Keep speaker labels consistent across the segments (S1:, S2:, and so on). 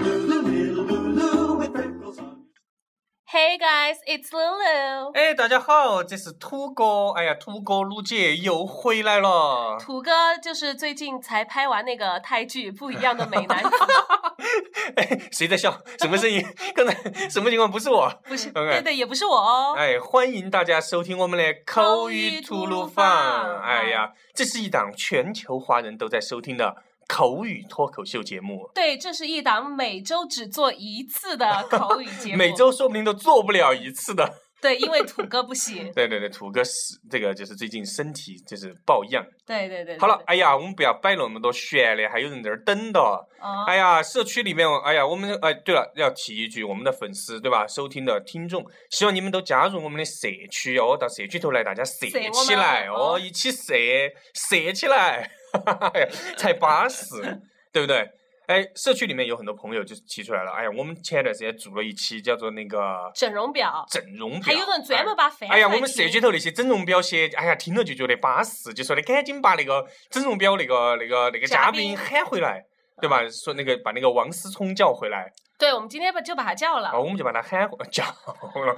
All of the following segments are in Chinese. S1: Lulu, Lulu, Lulu, with freckles on.
S2: Hey guys, it's Lulu。
S3: 哎，大家好，这是土哥。哎呀，土哥卢姐又回来了。
S2: 土哥就是最近才拍完那个泰剧《不一样的美男子》
S3: 哎，谁在笑？什么声音？刚才什么情况？不是我。
S2: 不是
S3: OK
S2: 对的，也不是我哦。
S3: 哎，欢迎大家收听我们的口语吐鲁番。哎呀，这是一档全球华人都在收听的口语脱口秀节目，
S2: 对，这是一档每周只做一次的口语节目。
S3: 每周说不定都做不了一次的。
S2: 对，因为土哥不行。
S3: 对对对，土哥是这个，就是最近身体就是抱恙。
S2: 对对对对
S3: 好了，，哎呀，我们不要摆那么多悬的，还有人在那儿等的。
S2: 哦
S3: 哎呀，社区里面，哎呀，我们哎，对了，要提一句，我们的粉丝对吧？收听的听众，希望你们都加入我们的社区哦，到社区头来，大家社
S2: 社我
S3: 起
S2: 们
S3: 来
S2: 哦
S3: 哦，一起社社起来， 才巴适，对不对？哎，社区里面有很多朋友就提出来了，哎呀，我们前段时间做了一期叫做那个
S2: 整容表，
S3: 整容表，
S2: 还有人专门
S3: 哎
S2: 把翻
S3: 哎呀，
S2: 出来
S3: 我们社
S2: 听
S3: 区头那些整容表些，哎呀，听了就觉得巴适，就说的赶紧把那个整容表那个那个那个
S2: 嘉
S3: 嘉
S2: 宾
S3: 宾嗯喊回来，对吧？说那个把那个王思聪叫回来，
S2: 对，我们今天把就把他叫
S3: 然后
S2: 了。
S3: 我们就把他喊回叫 了，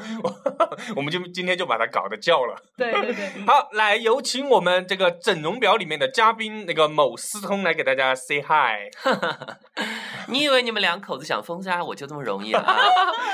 S3: 我们就今天就把他搞得叫了。
S2: 对对对，
S3: 好，来有请我们这个整容表里面的嘉宾那个某思聪来给大家 say hi。
S4: 你以为你们两口子想封杀我就这么容易 啊？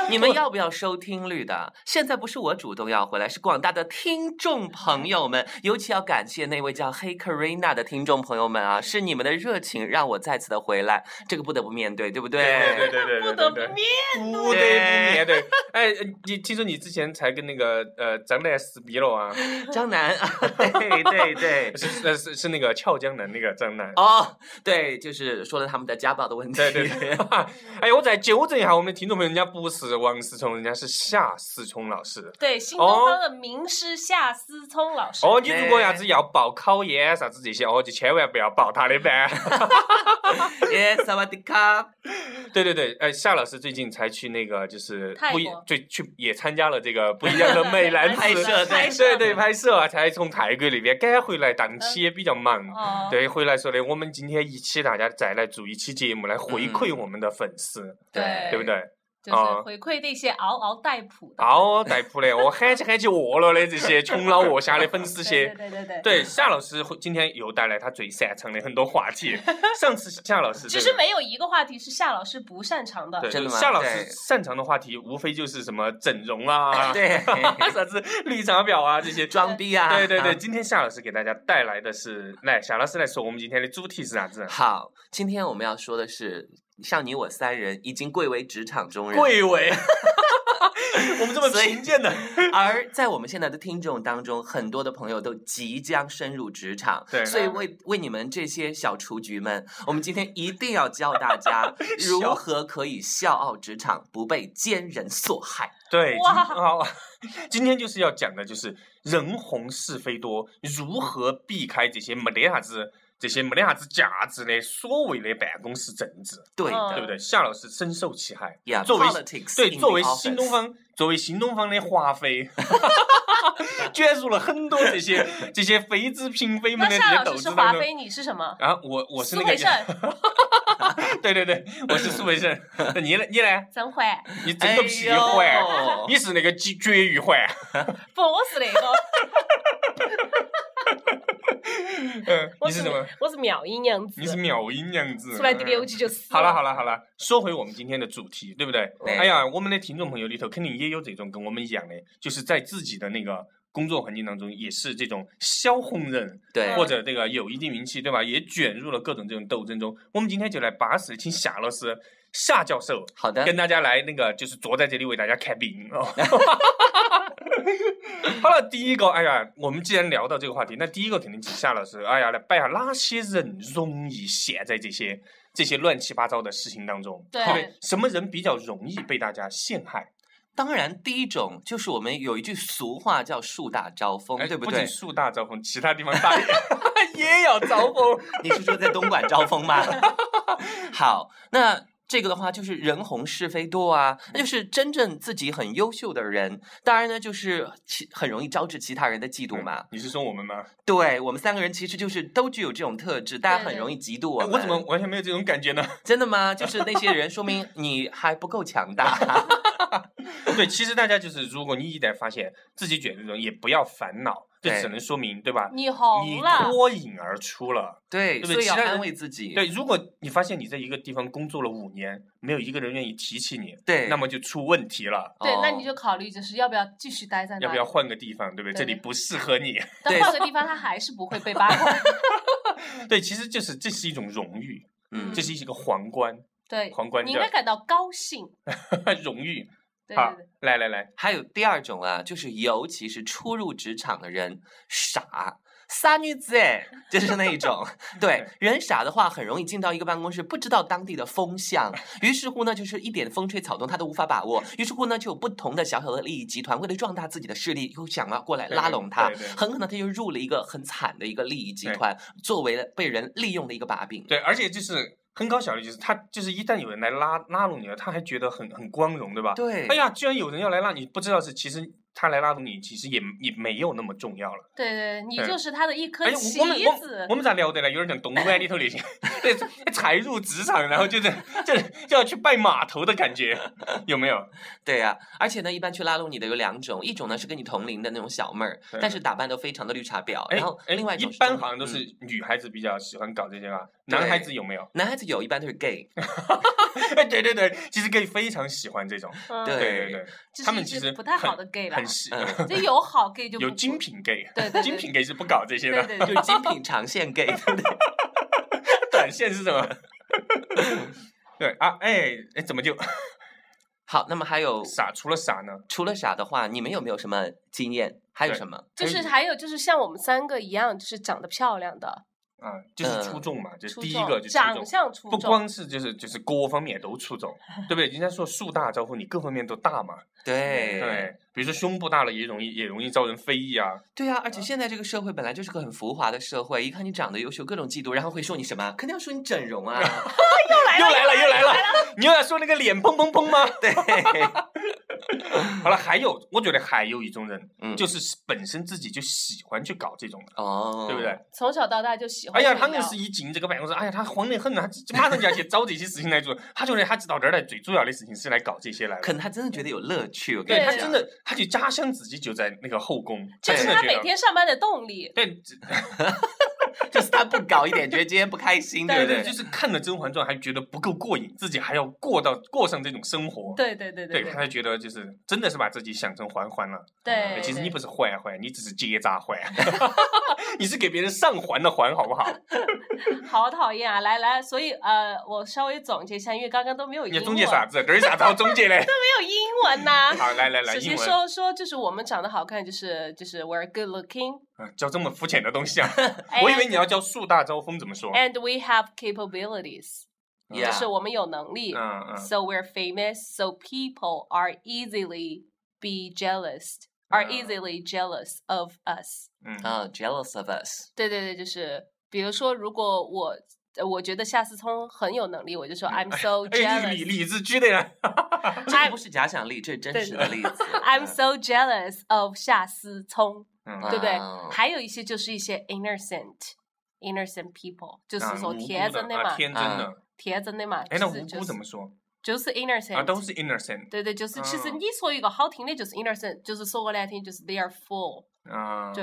S4: 你们要不要收听率的？现在不是我主动要回来，是广大的听众朋友们，尤其要感谢那位叫黑 Karina 的听众朋友们啊，是你们的热情让我再次的回来，这个不得不面对，对不对？
S3: 对对对
S2: 不得
S3: 对对
S2: 不
S3: 对。
S2: 面。
S3: 不得不面对，哎，你听说你之前才跟那个呃张楠撕逼了啊？
S4: 张楠， 对对对，
S3: 是是是是那个俏江南那个张楠。
S4: 哦，对，就是说了他们的家暴的问题。
S3: 对对对， 哎，我再纠正一下我们的听众朋友，人家不是王思聪，人家是夏思聪老师。
S2: 对，新东方的名师夏思聪老师。
S3: 哦，你如果要是要报考研啥子这些，哦，就千万不要报他的班。
S4: 耶，萨瓦迪卡。
S3: 对对对，哎，夏老师最近才去那个就是
S2: 泰
S3: 不一
S2: 国，
S3: 对，去也参加了这个不一样的美男
S2: 拍
S3: 子
S4: 摄对
S2: 拍摄
S3: 对对，拍摄啊，才从泰国那边赶回来，档期也比较忙。
S2: 哦，
S3: 对，回来说的，我们今天一起大家再来做一期节目，来回馈我们的粉丝，
S2: 对
S3: 对不对？
S2: 就是
S3: 哦
S2: 回馈那些嗷嗷待哺的。
S3: 嗷嗷待哺的，我喊起喊起饿了的这些穷老饿下的粉丝
S2: 对
S3: 些。
S2: 对对对对，
S3: 对，夏老师会今天又带来他最擅长的很多 话题。上次夏老师这
S2: 其
S3: 个
S2: 实没有一个话题是夏老师不擅长的。
S3: 对
S4: 真的吗
S3: 夏老师
S4: 对
S3: 擅长的话题无非就是什么整容啊，
S4: 对
S3: 啥子绿茶婊啊这些。
S4: 装逼啊！
S3: 对对对，今天夏老师给大家带来的是，来夏老师来说，我们今天的主题是啥子？
S4: 好，今天我们要说的是，像你我三人已经贵为职场中人，
S3: 贵为， 我们这么
S4: 所以
S3: 贫贱的，
S4: 而在我们现在的听众当中，很多的朋友都即将深入职场，
S3: 对
S4: 所以为为你们这些小雏菊们，我们今天一定要教大 家如何可以笑傲职场，不被奸人所害。
S3: 对，今
S2: 哇
S3: 好， 今天就是要讲的就是人红是非多，如何避开这些没得啥子、这些没得啥子价值的所谓的办公室政治，
S4: 对
S2: 嗯
S4: 的，
S3: 对不对？夏老师深受其害，
S4: 呀、
S3: 作为
S4: politics，
S3: 对，
S4: in
S3: 作为
S4: the
S3: 新东
S4: office
S3: 方，作为新东方的 华妃， 卷入了很多这些这些妃子嫔妃们
S2: 那
S3: 的这
S2: 夏
S3: 些
S2: 老
S3: 斗
S2: 师是
S3: 智
S2: 华
S3: 当中。
S2: 妃，你是什么？
S3: 啊， 我我
S2: 苏
S3: 是那
S2: 慧
S3: 个，
S2: 胜、
S3: 对对对，我是苏培盛， 你呢？你呢？
S2: 曾慧，
S3: 你真的屁
S4: 哎呦
S3: 环， 你是那个绝绝育啊环。
S2: 不，我是那个，
S3: 嗯，
S2: 我
S3: 你是什么？？
S2: 我是妙音娘子
S3: 你，是妙音娘子。
S2: 出来第六
S3: 嗯。
S2: 季就死
S3: 好了好了好了，说回我们今天的主题，对不对？
S4: 对
S3: 哎呀，我们的听众朋友里头肯定也有这种跟我们一样的，就是在自己的那个工作环境当中，也是这种小红人，
S4: 对
S3: 或者这个有一定名气，对吧？也卷入了各种这种斗争中。我们今天就来把屎听夏老师、夏教授
S4: 好
S2: 啊
S4: 的，
S3: 跟大家来那个，就是坐在这里为大家看病 哦。 好了，第一个，哎呀，我们既然聊到这个话题，那第一个肯定是夏老师，哎呀，来掰一下哪些人容易陷在这些这些乱七八糟的事情当中，
S2: 对
S3: 不对？什么人比较容易被大家陷害？
S4: 当然第一种就是我们有一句俗话叫“树大招风”，
S3: 哎
S4: 对不
S3: 不
S4: 对
S3: 仅？树大招风，其他地方大 也也要招风。
S4: 你是说在东莞招风吗？好，那这个的话就是人红是非多啊，那就是真正自己很优秀的人，当然呢就是其很容易招致其他人的嫉妒嘛。
S3: 你是说我们吗？
S4: 对我们三个人其实就是都具有这种特质，大家
S2: 对
S4: 很
S2: 对
S4: 容易嫉妒我
S3: 哎，
S4: 们。
S3: 我怎么完全没有这种感觉呢？
S4: 真的吗？就是那些人，说明你还不够强大。
S3: 对，其实大家就是，如果你一旦发现自己卷这种，也不要烦恼，这
S4: 对
S3: 只能说明对吧？
S2: 你
S3: 你
S2: 红了，
S3: 脱颖而出了。对
S4: 对，
S3: 不对
S4: 所以要
S3: 其他人
S4: 安慰自己。
S3: 对，如果你发现你在一个地方工作了五年，没有一个人愿意提起你，
S4: 对
S3: 那么就出问题了。
S2: 对
S4: 哦，
S2: 那你就考虑就是要不要继续待在那里，
S3: 要不要换个地方，对不对？
S2: 对
S3: 这里不适合你。
S2: 但
S4: 对
S2: 换个地方，他还是不会被 八卦。嗯
S3: 对，其实就是这是一种荣誉，
S4: 嗯
S3: 这是一个皇冠，
S2: 对，
S3: 皇冠
S2: 嗯你
S3: 叫
S2: 应该感到高兴。
S3: 荣誉。
S2: 对
S3: 好
S2: 对对，，
S3: 来来来，
S4: 还有第二种啊，就是尤其是初入职场的人傻。傻女子，哎就是那 一种。对，人傻的话，很容易进到一个办公室，不知道当地的风向，于是乎呢，就是一点风吹草动他都无法把握。于是乎呢，就有不同的小小的利益集团，为了壮大自己的势力，又想要过来
S3: 对
S4: 拉
S3: 对
S4: 拢他
S3: 对对，
S4: 很可能他就入了一个很惨的一个利益集
S3: 对
S4: 团，作为了被人利用的一个把柄。
S3: 对，而且就是很搞笑的，就是他就是一旦有人来拉拉拢你了，他还觉得很很光荣，对吧？
S4: 对，
S3: 哎呀，居然有人要来拉你，不知道是其实他来拉拢你，其实也也没有那么重要了。
S2: 对对，你
S3: 对
S2: 就是他的一颗
S3: 哎，
S2: 棋
S3: 我我们我
S2: 子
S3: 们我。们咋聊的呢？有点像东湾里头 那些，对，才入职场，然后就是就是就要去拜码头的感觉， 有没
S4: 哦
S3: 有？
S4: 对呀、而且呢，一般去拉拢你的有两种，一种呢是跟你同龄的那种小妹儿，
S3: 对
S4: 但是打扮都非常的绿茶婊，
S3: 哎
S4: 然后
S3: 哎，
S4: 另外一
S3: 一
S4: 种是
S3: 般
S4: 中
S3: 好像都
S4: 嗯
S3: 是女孩子比较喜欢搞这些啊，男孩子有没有？
S4: 男孩子有，一般都是 gay，
S3: 哎，对对对，其实 gay 非常喜欢这种，
S2: 嗯
S4: 对
S3: 对对对，
S2: 这
S3: 他
S2: 是
S3: 们
S2: 一
S3: 其
S2: 些
S3: 实
S2: 不太好
S3: 很
S2: 的 gay 啦
S3: 很喜
S4: 嗯
S2: 这有好 gay 就
S3: 有
S2: 不
S3: 精，品 gay，
S2: 对对对
S3: 精品 gay 是不搞这些
S2: 对
S3: 的。
S2: 对
S4: 就
S2: 对
S4: 是精品长线 gay，对 不对？
S3: 短线是什么？ 对啊，哎哎，怎么就
S4: 好，那么还有
S3: 傻？除了傻呢？
S4: 除了傻的话，你们有没有什么经验？还有
S3: 对
S4: 什么？
S2: 就是还有就是像我们三个一样，就是长得漂亮的，
S3: 啊，
S4: 嗯
S3: 就是出众嘛，就是
S2: 出
S3: 第一
S2: 众
S3: 个就出
S2: 长
S3: 众。
S2: 相出
S3: 不
S2: 众，
S3: 光是就是就是各方面都出众，对不对？人家说树大招风，你各方面都大嘛。
S4: 对
S3: 对，比如说胸部大了也容易也容易招人非议啊。
S4: 对啊，而且现在这个社会本来就是个很浮华的社会，一看你长得优秀，各种嫉妒，然后会说你什么？啊肯定要说你整容 啊，
S3: 又来了又来了，你又要说那个脸砰砰砰吗？
S4: 对，
S3: 好了，还有我觉得还有一种人，
S4: 嗯
S3: 就是本身自己就喜欢去搞这种的，
S4: 哦，
S3: 对不对？？
S2: 从小到大就喜欢
S3: 哎
S2: 这
S3: 呀，
S2: 样。
S3: 他硬是一进这个办公室，哎呀，他慌得很呐，他马上就要去找这些事情来做。他觉得他到这儿来最主要的事情是来搞这些来了。
S4: 可能他真的觉得有乐趣，我跟
S3: 对
S4: 你
S3: 他
S4: 讲
S3: 真的，他就家乡自己就在那个后宫，
S2: 这
S3: 真
S2: 是
S3: 的
S2: 他
S3: 觉
S2: 每
S3: 得
S2: 天上班的动力。
S3: 对
S4: 就是他不搞一点，觉得今天不开心，
S3: 对
S4: 不
S3: 对，就是看了《甄嬛传》还觉得不够过瘾，自己还要过到过上这种生活。
S2: 对对对
S3: 对，
S2: 对
S3: 他就觉得就是真的是把自己想成嬛嬛了。哎
S2: 对，
S3: 其实
S2: 对
S3: 你不是坏坏，你只是结扎坏，啊 你是给别人上环的环， 好不好？
S2: 好讨厌啊！来来，所以呃，我稍微总结一下，因为刚刚都没有英
S3: 你
S2: 文，
S3: 中介啥子？等一下找中 介嘞。
S2: 没有英文呐、
S3: 嗯好，来来来，
S2: 首先
S3: 英文
S2: 说说，就是我们长得好看，就是就是 we're good looking
S3: 啊，教这么肤浅的东 西啊！
S2: 哎
S3: 我以为你要教树大招风怎么说。
S2: and we have capabilities，、
S3: 嗯
S4: Yeah
S2: 就是我们有能力。
S3: 嗯嗯，
S2: So we're famous, so people are easily be jealous, are
S3: 嗯
S2: easily jealous of us。
S3: 嗯，
S4: 啊、j e a l o u s of us，
S2: 对对对，就是比如说，如果我呃我觉得夏思聪很有能力，我就说 I'm so
S3: 哎，李
S2: jealous。
S3: 李志居的 呀，
S4: 这个不是假想力，这是真实的例子。嗯
S2: I'm so jealous of 夏思聪，
S3: 嗯
S4: 啊
S2: 对不对
S4: 哦？
S2: 还有一些就是一些 innocent innocent people，就是说
S3: 嗯无辜
S2: 铁子
S3: 的
S2: 那
S3: 啊
S2: 嘛，
S3: 天真的。
S2: 铁子那嘛，
S3: 哎，那
S2: 就
S3: 无
S2: 是就
S3: 辜
S2: 是
S3: 怎么说
S2: 就是 innocent
S3: 啊？都是 innocent
S2: 对对，就是其实
S3: 嗯
S2: 你说一个好听的，就是 innocent，就是说过难听就是 they are fool，
S3: 啊，
S2: 就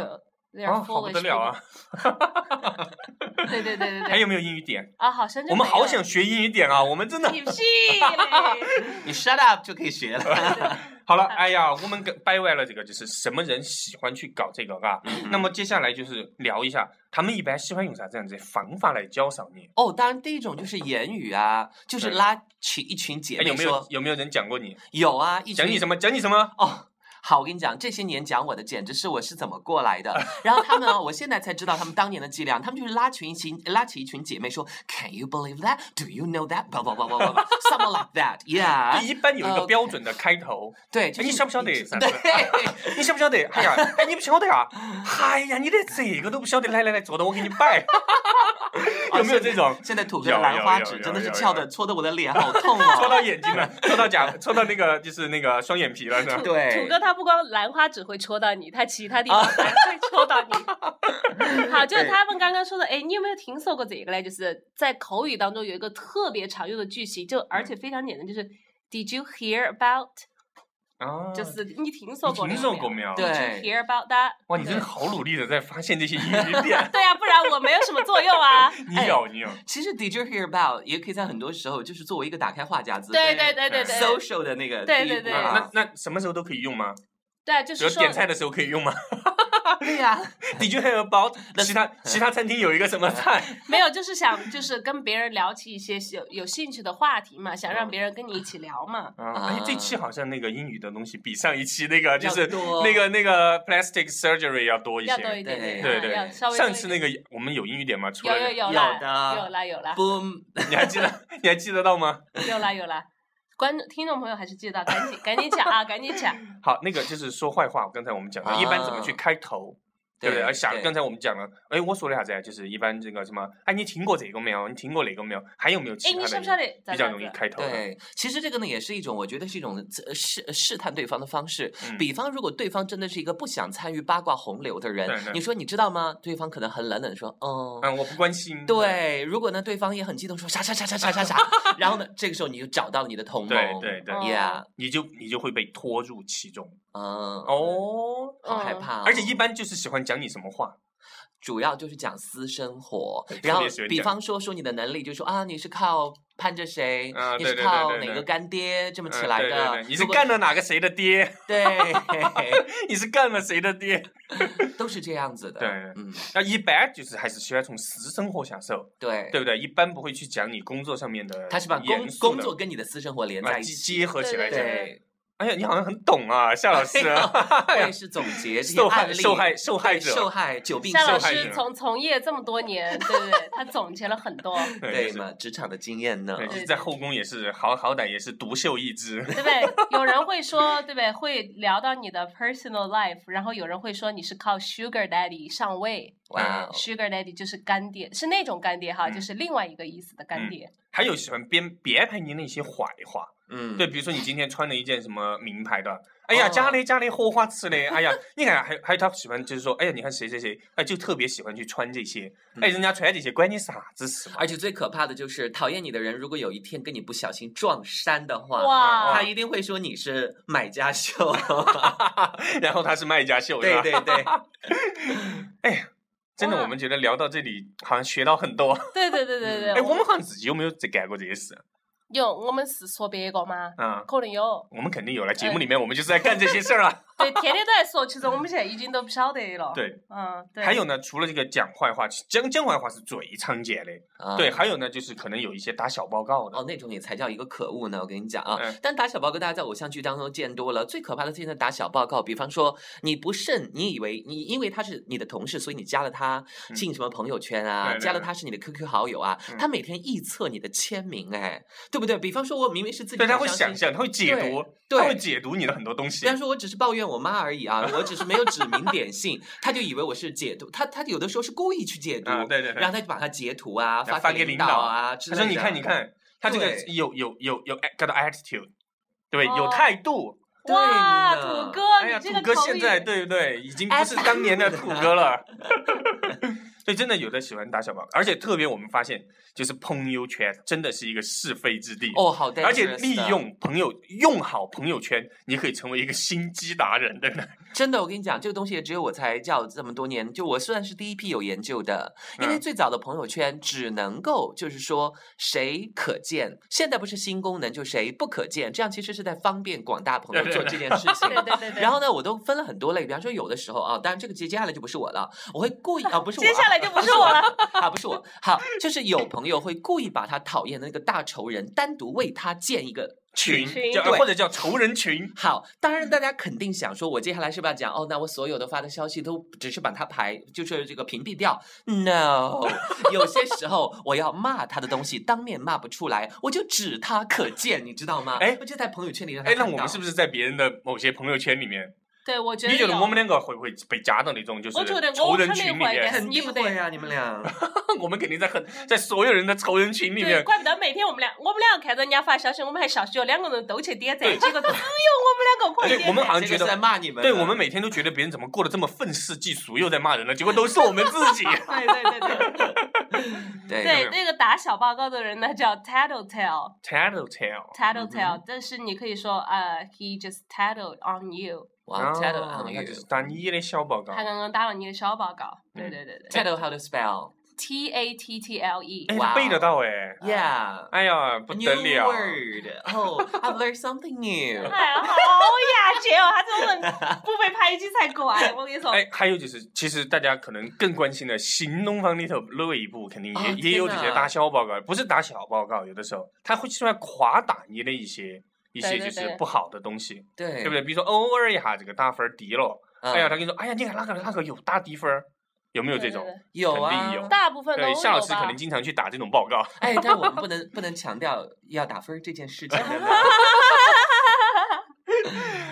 S2: they
S3: 啊，
S2: are
S3: 好不
S2: foolish。
S3: 得了！啊！
S2: 对对对对
S3: 还
S2: 对，
S3: 有没有英语点？
S2: 啊，好像就
S3: 我们
S2: 没哎
S3: 好
S2: 了
S3: 想学英语点啊！我们真的
S2: 你 屁嘞！
S4: 你 shut up 就可以学了。
S3: 好了，哎呀，我们给掰歪了这个，就是什么人喜欢去搞这个啊？那么接下来就是聊一下，他们一般喜欢用啥这样子的方法来教上你？
S4: 哦，当然第一种就是言语啊，就是
S3: 对
S4: 拉起一群姐
S3: 哎，有
S4: 妹
S3: 没
S4: 说，
S3: 有有没有人讲过你？
S4: 有啊，一群
S3: 讲你什么？讲你什么？
S4: 哦。好，我跟你讲，这些年讲我的简直是我是怎么过来 的。然后他们啊，我现在才知道他们当年的伎俩，他们就是拉群一群拉起一群姐妹说，Can you believe that? Do you know that? 不不不不不不，someone like that,
S3: 就
S4: yeah。
S3: 一般有一个
S4: OK
S3: 标准的开头。
S4: 对，就是
S3: 哎你晓不晓得
S4: 你
S3: 啥子
S4: 对，
S3: 你晓不晓得？哎呀，哎，你不晓得啊！哎呀，你连这个都不晓得！来来来，坐到我给你摆。有没有这种
S4: 哦现在土哥的兰花指真的是翘的，戳的我的脸 好痛
S3: 戳
S4: 哦。
S3: 到眼睛了，戳到假，戳到那个就是那个双眼皮了呢？
S4: 对
S2: 土哥，他不光兰花只会戳到你，他其他地
S3: 啊
S2: 方还会戳到你。好，就是他们刚刚说的，哎，你有没有听说过这个嘞？就是在口语当中有一个特别常用的句型，就而
S3: 嗯
S2: 且非常简单，就是 Did you hear about？
S3: 啊，
S2: 就是你听说过
S3: 你
S2: 没有？
S3: 听说过没有？
S4: 对
S2: Did you hear about that？
S3: 哇，你真的好努力的在发现这些英语 点，
S2: 对啊呀、不然我没有什么作用啊。
S3: 你有你有，
S4: 其实 Did you hear about 也可以在很多时候就是作为一个打开话匣子，
S2: 对对对
S3: 哎
S2: 对对。
S4: social 的那个
S2: 对
S4: 第一
S2: 对
S4: 步
S3: 啊
S4: 啊
S3: 那那什么时候都可以用吗？
S2: 对，就
S3: 比如
S2: 是说，
S3: 点菜的时候可以 用吗
S4: 对呀，
S3: ？Did you have about 其他其他餐厅有一个什么菜？
S2: 没有，就是想，就是跟别人聊起一些有有兴趣的话题嘛，想让
S3: 嗯
S2: 别人跟你一起聊嘛。
S3: 啊，哎，这期好像那个英语的东西比上一期那个 就
S4: 要
S3: 是
S4: 多
S3: 那个那个 plastic surgery 要多一
S2: 要多
S3: 些
S2: 一。点点，
S3: 对
S2: 啊
S3: 对
S2: 要稍微多一
S3: 上
S2: 点
S3: 次那个我们有英语点吗？除
S2: 有
S3: 了
S2: 有有
S4: 有
S2: 啦，
S4: 的
S2: 有啦有啦
S4: boom
S3: 你还记得你还记得到吗？
S2: 有啦有啦，观众听众朋友还是记得，赶紧赶紧抢啊，赶紧抢！
S3: 好，那个就是说坏话。刚才我们讲的，一般怎么去
S4: 啊
S3: 开头，对不对？
S4: 对
S3: 而想
S4: 对
S3: 刚才我们讲了，哎，我说了啥子呀？就是一般这个什么，哎，你听过这个没有？你听过那个没有？还有没有
S2: 哎，
S3: 其
S2: 你
S3: 他
S2: 晓不晓
S3: 的
S2: 得？咋
S3: 比
S2: 咋
S3: 较容易
S2: 子？
S3: 开头的？
S4: 对，其实这个呢也是一种，我觉得是一种呃试试探对方的方式。
S3: 嗯
S4: 比方，如果对方真的是一个不想参与八卦洪流的人，
S3: 对对
S4: 你说你知道吗？对方可能很冷冷地说，嗯。
S3: 嗯，我不关心。
S4: 对，如果呢，对方也很激动，说啥啥啥啥啥啥 啥，然后呢，这个时候你就找到了你的同
S3: 对
S4: 盟，
S3: 对对，
S2: 哦
S4: ，Yeah，
S3: 你就你就会被拖入其中
S4: 嗯，
S3: 哦。
S4: 好害
S2: 嗯
S4: 怕哦，
S3: 而且一般就是喜欢讲你什么话，
S4: 主要就是讲私生活
S3: 对，特
S4: 然后
S3: 别喜欢
S4: 比
S3: 讲
S4: 方说说你的能力，就说啊，你是靠盼着谁，
S3: 啊
S4: 你
S3: 对
S4: 是
S3: 对对
S4: 靠
S3: 对
S4: 哪
S3: 对
S4: 个干爹这么
S3: 嗯
S4: 起来
S3: 对
S4: 的，
S3: 对对，你是
S4: 如果
S3: 干了哪个谁的爹？
S4: 对，
S3: 你是干了谁的爹？
S4: 都是这样子的，
S3: 对
S4: 嗯，
S3: 那一般就是还是喜欢从私生活下手，
S4: 对
S3: 对不对？一般不会去讲你工作上面的严肃的，
S4: 他是把工工作跟你的私生活连
S3: 啊
S4: 在一
S3: 结
S4: 起。
S3: 结合起来
S2: 对
S3: 讲。
S4: 对，
S3: 哎呀，你好像很懂啊，夏老师。
S4: 我也是总结哎这
S3: 哎
S4: 些
S3: 受害
S4: 案例，
S3: 受害受害者
S4: 对受害久病
S2: 夏
S4: 受
S2: 老
S3: 害
S2: 师
S3: 者
S2: 从从业这么多年，对不对？他总结了很多，
S3: 对
S4: 对
S3: 就是
S4: 嘛，嗯职场的经验呢
S3: 对，？就是
S2: 对
S3: 在
S2: 对
S3: 后宫也是好好歹也是独秀一只。
S2: 对不对？有人会说，对不对？会聊到你的 personal life，然后有人会说你是靠 sugar daddy 上位
S4: 哇哦，
S2: ，sugar daddy 就是干爹，是那种干爹哈，
S3: 嗯
S2: 就是另外一个意思的干爹。
S3: 还有喜欢编别排你那些坏话，
S4: 嗯，
S3: 对，比如说你今天穿了一件什么名牌的，哎呀，
S4: 哦
S3: 家里家里荷花池嘞，哎呀，你看还有还有他喜欢就是说，哎呀，你看谁谁谁，哎，就特别喜欢去穿这些，
S4: 嗯
S3: 哎，人家穿这些关你啥子事嘛？
S4: 而且最可怕的就是，讨厌你的人如果有一天跟你不小心撞衫的话，
S2: 哇
S4: 他
S3: 嗯
S4: 一定会说你是买家秀。
S3: 然后他是卖家秀，是
S4: 对
S3: 吧
S4: 对对，
S3: 真的，
S2: 哇
S3: 我们觉得聊到这里好像学到很多。
S2: 对对对对对，
S3: 哎，我
S2: 我
S3: 们好像自己有没有在干过这些事
S2: 有我们是说别个吗？
S3: 啊？
S2: 可能有，
S3: 我们肯定有了，节目里面我们就是在干这些事儿 啊。
S2: 对，天天都在说，其实我们现在已经都不晓得了。，
S3: 对，
S2: 嗯，对。
S3: 还有呢，除了这个讲坏话，讲讲坏话是最常见的。
S4: 啊
S3: 对，还有呢，就是可能有一些打小报告的。
S4: 哦，那种也才叫一个可恶呢！我跟你讲啊，
S3: 嗯
S4: 但打小报告大家在偶像剧当中见多了，最可怕的现在打小报告，比方说你不慎，你以为你因为他是你的同事，所以你加了他
S3: 嗯
S4: 进什么朋友圈啊，
S3: 对对
S4: 加了
S3: 对
S4: 他是你的 QQ 好友啊，
S3: 嗯
S4: 他每天臆测你的签名，哎，对不对？比方说我明明是自己，
S3: 对，他会想。象，他会解
S4: 对
S3: 读，
S4: 对
S3: 他会解读你的很多东西
S4: 虽。然说我只是抱怨我妈而已啊，我只是没有指名点 姓，他就以为我是解读，他他有的时候是故意去解读，
S3: 啊，对对对
S4: 然。后他就把它截图啊，
S3: 然后
S4: 发
S3: 发
S4: 给
S3: 给
S4: 领
S3: 领导
S4: 啊之
S3: 他
S4: 类
S3: 说：“
S4: 的。
S3: 你看，你，看，他这个
S4: 对
S3: 有有有有 got attitude，对，有
S2: 哦
S3: 态度。
S4: 对
S2: 哇，
S4: 呢
S2: 土哥，
S3: 哎呀，
S2: 你
S3: 土
S2: 这个
S3: 哥
S2: 口
S3: 现
S2: 语
S3: 在对不对，已经不是当年的土哥了。 对，真的有的喜欢打小报，而且特别我们发现，就是朋友圈真的是一个是非之地。
S4: 哦，好 dangerous 的，
S3: 而且利用朋友用好朋友圈，你可以成为一个心机达人，真的。
S4: 真的，我跟你讲，这个东西也只有我才叫这么多年，就我算是第一批有研究的，因为
S3: 嗯
S4: 最早的朋友圈只能够就是说谁可见，现在不是新功能，就谁不可见，这样其实是在方便广大朋友做这件事情。
S2: 对对对对。
S4: 然后呢，我都分了很多类，比方说有的时候啊，当然这个接接下来就不是我了，我会故意啊，不是 我啊，
S2: 接下来就不是我了。
S4: 啊，不是我，好，就是有朋友会故意把他讨厌的那个大仇人单独为他建一个
S3: 群
S2: 群
S3: 叫
S4: 对
S3: 或者叫仇人群，
S4: 好，当
S3: 嗯
S4: 然大家肯定想说，我接下来是不是要讲哦？那我所有的发的消息都只是把它排，就是这个屏蔽掉。No，有些时候我要骂他的东西，当面骂不出来，我就指他可见，你知道吗？
S3: 哎
S4: 我就在朋友圈里让他
S3: 哎，那
S4: 看
S3: 我
S4: 到
S3: 们是不是在别人的某些朋友圈里面？
S2: 对，我觉得
S3: 你觉得
S2: 有
S3: 我们两个会不会被加到那种就是
S2: 我觉得我
S3: 仇人
S2: 肯定
S3: 群里
S2: 会的
S3: 面？
S4: 啊肯定会啊，你们俩
S3: 我们肯定在很在所有人的仇人群里
S2: 对，
S3: 面，
S2: 怪不得每天我们俩，我们俩看着人家发消息，我们还笑，笑，两个人斗起点赞，结果只有我们两个快
S3: 对，我
S2: 点
S3: 们
S2: 赞。
S3: 好像
S4: 这
S3: 觉
S4: 个
S3: 得
S4: 是在骂你们的，
S3: 对我们每天都觉得别人怎么过得这么愤世嫉俗，又在骂人了，结果都是我们自己。
S2: 对对对 对
S4: 对
S2: 对，那个打小报告的人呢叫 tattletale
S3: Tattletale，嗯
S2: tattletale，但是你可以说呃，he just tattled on you，
S4: 哇，tattle
S3: 哦
S4: on
S3: 那
S4: you
S3: 就是打你的小报告
S2: 他。刚刚打了你的小报告。对对对对
S4: tattle how to spell
S2: ，t a t t l e，
S3: 嗯哎，
S4: 哇
S3: 背得到哎，
S4: yeah
S3: 哎呀，不
S4: new
S3: 得了。
S4: word oh I've learned something new
S2: 哎，好雅洁哦，他这种不被拍击才 怪，我跟你说。
S3: 哎，还有就是，其实大家可能更关心的新东方里头那一步，肯定也、
S4: 哦
S3: 也有这
S4: 天
S3: 些
S4: 哪
S3: 大小报告，不是打小报告，有的时候它会出来垮打你的一些一些
S2: 对对
S3: 就是
S2: 对
S3: 不好的东西，
S4: 对
S3: 对不对？比如说偶尔一下这个打分儿低了，
S4: 嗯
S3: 哎呀，他跟你说，哎呀，你看那个那个有打低分儿，有没有这
S2: 对
S3: 种？
S2: 对对
S4: 有
S3: 肯
S4: 啊
S3: 定有
S2: 大部分都
S3: 对，夏老
S2: 有
S3: 师可
S2: 吧
S3: 能。经常去打这种报告。
S4: 哎，但我们不能不能强调要打分儿这件事情的呢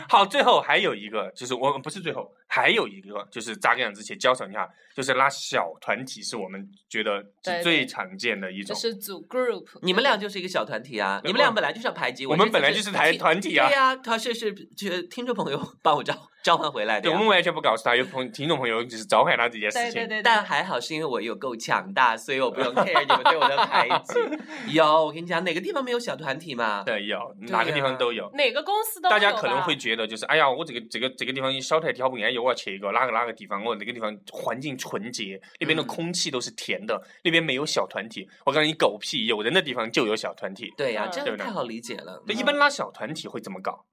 S3: 好，最后还有一个，就是我不是最后，还有一个就是扎根养之前教授一下，就是拉小团体是我们觉得
S2: 对对
S3: 是最常见的一
S2: 就
S3: 种。
S2: 是组 group，
S4: 你们俩就是一个小团体啊，
S3: 对
S4: 你们俩本来就是要排挤
S3: 我们本来就是台团体啊
S4: 对呀、他是是就是听众朋友把我召召唤回来的
S3: 对，
S4: 呀、
S3: 我们完全不告诉他，有朋听众朋友就是召唤他这件
S2: 对
S3: 事
S2: 对
S3: 情。
S2: 对，
S4: 但还好是因为我有够强大，所以我不用 care 你们对我的排 挤。有，我跟你讲，哪个地方没有小团体嘛？
S3: 对，有
S4: 对
S3: 哪个地
S4: 呀
S3: 方都有。
S2: 每个公司都
S3: 大家
S2: 有
S3: 可能
S2: 吧
S3: 会觉得就是，哎呀，我这个这个这个地方小腿挑不赢，哎呦我要去一个哪个哪个地方，我那个地方环境纯洁，那边的
S4: 嗯
S3: 空气都是甜的，那边没有小团体。我告诉你，狗屁，有人的地方就有小团体。
S4: 对呀、
S2: 嗯
S4: 这
S3: 对
S4: 个
S3: 不对
S4: 太好理解了。
S3: 对，
S4: 嗯
S3: 一般拉小团体会怎么搞？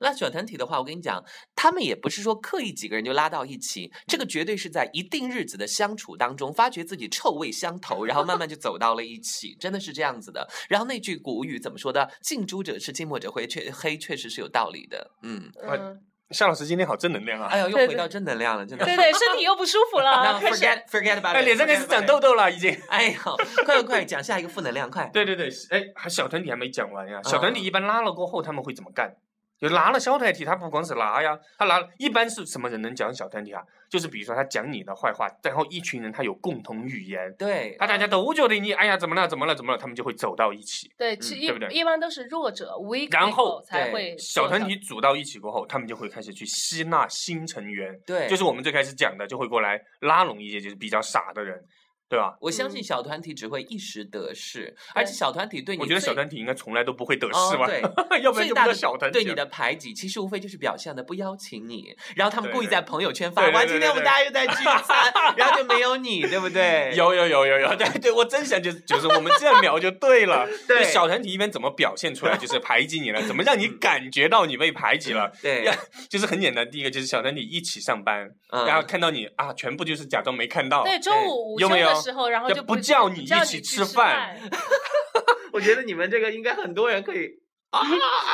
S4: 拉小团体的话，我跟你讲，他们也不是说刻意几个人就拉到一起，这个绝对是在一定日子的相处当中，发觉自己臭味相投，然后慢慢就走到了一起，真的是这样子的。然后那句古语怎么说的？“近朱者赤，近墨者黑”，确黑确实是有道理的。嗯，
S2: 嗯，
S3: 夏老师今天好正能量啊！
S4: 哎呀，又
S2: 对
S4: 回
S2: 对
S4: 到正能量了，真的。
S2: 对对，身体又不舒服
S4: 那
S2: 了，开始
S4: forget forget about it，
S3: 哎，脸上开始
S4: forget
S3: 长
S4: about
S3: 痘
S4: it。
S3: 痘了，已经。
S4: 哎呀，快快快，讲下一个负能量，快！
S3: 对对对，哎，还小团体还没讲完呀。小团体
S4: 嗯
S3: 一般拉了过后，他们会怎么干？就拿了小团体，他不光是拿呀，他拿了一般是什么人能讲小团体啊？就是比如说他讲你的坏话，然后一群人他有共同语言，
S4: 对，
S3: 他大家都觉得你哎呀怎么了怎么了怎么了，他们就会走到一起。
S2: 对，其
S4: 嗯
S2: 一
S3: 对不对
S2: 一般都是弱者，weak，
S3: 然后
S2: people 才
S4: 对
S2: 会
S3: 小
S2: 做
S3: 团
S2: 到
S3: 体组到一起过后，他们就会开始去吸纳新成员，
S4: 对，
S3: 就是我们最开始讲的，就会过来拉拢一些就是比较傻的人，对吧？
S4: 我相
S2: 嗯
S4: 信小团体只会一时得势，而且小团体对你
S3: 我觉得小
S4: 最
S3: 团体应该从来都不会得
S4: 哦
S3: 势吧，
S4: 对
S3: 要不然
S4: 最
S3: 就不
S4: 大
S3: 叫
S4: 的
S3: 小团体
S4: 对
S3: 了。
S4: 你的排挤，其实无非就是表象的不邀请你，然后他们
S3: 对
S4: 故意
S3: 对
S4: 在朋友圈发
S3: 对对
S4: 哇，
S3: 对
S4: 今
S3: 对
S4: 天我们
S3: 对
S4: 大家又在聚餐，然后就没 有你，对不对？
S3: 有有有有有， 对对，我真想就是就是我们这样聊就对了。
S4: 对嗯
S3: 就小团体一般怎么表现出来，就是排挤你了，怎么让你感觉到你被排挤了？
S4: 对
S3: 要，就是很简单，第一个就是小团体一起上班，
S4: 嗯
S3: 然后看到你啊，全部就是假装没看到。
S2: 对，中午午
S3: 有
S2: 休
S3: 没有
S2: 的时候，然后
S3: 就
S2: 就
S3: 不
S2: 不
S3: 叫你
S2: 你
S3: 一
S2: 叫
S3: 起吃
S2: 吃
S3: 饭
S2: 饭，
S4: 我觉得你们这个应该很多人可以，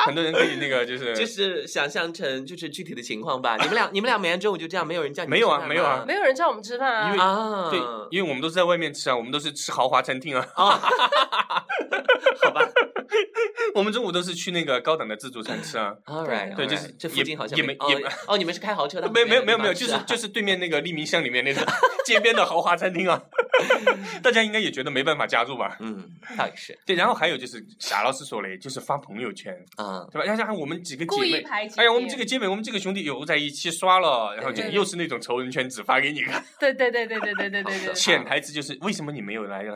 S3: 很多人可以那个就是
S4: 就是想象成就是具体的情况吧。你 们俩，你们俩每天中午就这样，没有人叫你
S3: 没有啊
S4: 吃饭
S3: 没有啊
S4: 吗
S2: 没有人叫我们吃饭
S3: 因
S2: 啊
S3: 为。
S4: 啊，
S3: 对，因为我们都是在外面吃啊，我们都是吃豪华餐厅啊，
S4: 啊， 好吧
S3: 我们中午都是去那个高档的自助餐吃啊。
S4: ，All right，
S3: 对就是
S4: 这附
S3: 也
S4: 近好像
S3: 也
S4: 没
S3: 没
S4: 哦
S3: 也
S4: 哦，你们是开豪车的，
S3: 没有没有没有没有，
S4: 地
S3: 就
S4: 方
S3: 是
S4: 吃啊
S3: 就是对面那个利民巷里面那种 街边的豪华餐厅啊， 大家应该也觉得没办法加入吧？
S4: 嗯，倒也是，
S3: 对，然后还有就是贾老师说了，就是发朋友圈，
S4: 嗯，
S3: 对吧？要像我们几个姐
S2: 故意
S3: 妹，
S2: 排挤你。
S3: 哎呀，我们这个姐妹，我们这个兄弟有在一起刷了，然后就
S4: 对
S3: 又是那种仇人圈子发给你看，
S2: 对对对对对对对对对，
S3: 潜台词就是为什么你没有来呢？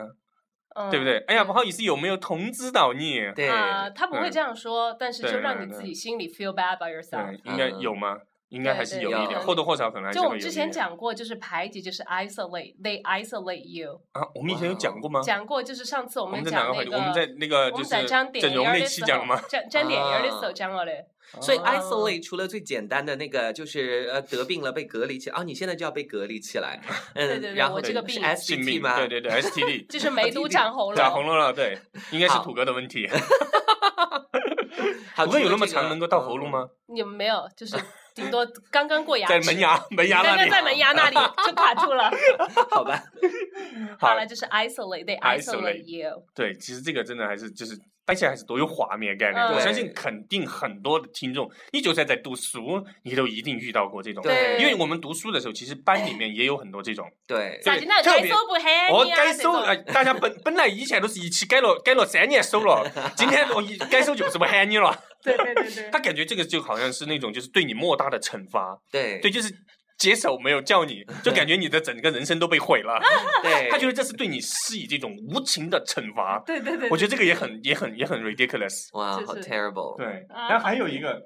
S2: 嗯
S3: 对不对？哎呀，不好意思，有没有通知到你？
S4: 对，
S2: 啊，他不会
S3: 嗯
S2: 这样说，但是
S3: 对
S2: 就
S3: 对
S2: 让你
S3: 对
S2: 自己心里 feel bad about yourself。
S3: 对，应该
S4: 嗯
S3: 有吗？应该还是
S2: 对
S3: 有
S4: 对
S3: 一点，
S4: 有
S3: 或多或少可能还是
S2: 就
S3: 会
S2: 我们
S3: 有一
S2: 之前
S3: 点
S2: 讲过，就是排挤，就是 isolate，they isolate you。
S3: 啊，我们以前有讲过吗？
S2: 讲过，就是上次我
S3: 我
S2: 们
S3: 们在哪
S2: 讲
S3: 个
S2: 那
S3: 环
S2: 个
S3: 节？我们在那个
S2: 我
S3: 就
S2: 们在
S3: 是
S2: 讲电
S3: 整容
S2: 影儿
S3: 那
S2: 的时
S3: 期讲了
S2: 候
S3: 吗？？
S2: 讲讲电影 儿的时候
S4: 啊
S2: 讲了嘞。
S4: 所以
S3: 啊
S4: isolate 除了最简单的那个，就是呃得病了被隔离起啊，你现在就要被隔离起来。嗯，
S2: 对对对
S4: 然后
S2: 我这个
S4: 是
S2: 病
S3: 性
S4: SCT
S3: 病
S4: 吗？
S3: 对对对，STD
S2: 就是梅毒长喉
S3: 长
S2: 咙，
S3: 红了了，对，应该是
S4: 好
S3: 土哥的问题。
S4: 好，
S3: 土哥有那
S4: 除了
S3: 么
S4: 这个
S3: 长，能够到喉咙？吗？
S2: 你们没有，就是顶多刚 刚过牙
S3: 在
S2: 齿，
S3: 门 牙门牙
S2: 刚
S3: 那
S2: 刚
S3: 里
S2: 在门牙那里 就卡住了。
S4: 嗯好吧，
S2: 好了，就是 isolate，they isolate you。
S3: 对，其实这个真的还是就是而且还是多有画面感的。
S2: 嗯
S3: 我相信肯定很多的听众，你就算在读书，你都一定遇到过这种。
S4: 对
S3: 因为我们读书的时候，其实班里面也有很多这种，
S4: 对
S3: 对
S2: 咋那
S3: 特
S2: 该
S3: 别
S2: 收不喊
S3: 哦
S2: 你，啊？
S3: 该
S2: 这
S3: 收
S2: 种
S3: 了，大 家本本来以前都是一起改了，改了三年收了，今天我一改收就不是我喊你了。
S2: 对对对对，
S3: 他感觉这个就好像是那种就是对你莫大的惩罚，
S4: 对
S3: 对，就是解手没有叫你，就感觉你的整个人生都被毁了。
S4: 对，
S3: 他觉得这是对你施以这种无情的惩罚。
S2: 对对对，
S3: 我觉得这个也很也很也很 ridiculous。
S4: 哇，
S2: 就
S4: 好
S2: 是
S4: terrible，
S3: 对，
S2: 啊
S3: 然后还有一个，